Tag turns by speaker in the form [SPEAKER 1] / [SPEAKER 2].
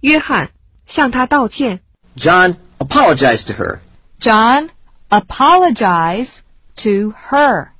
[SPEAKER 1] 约翰向他道歉。
[SPEAKER 2] John apologized to her.
[SPEAKER 3] John apologized to her.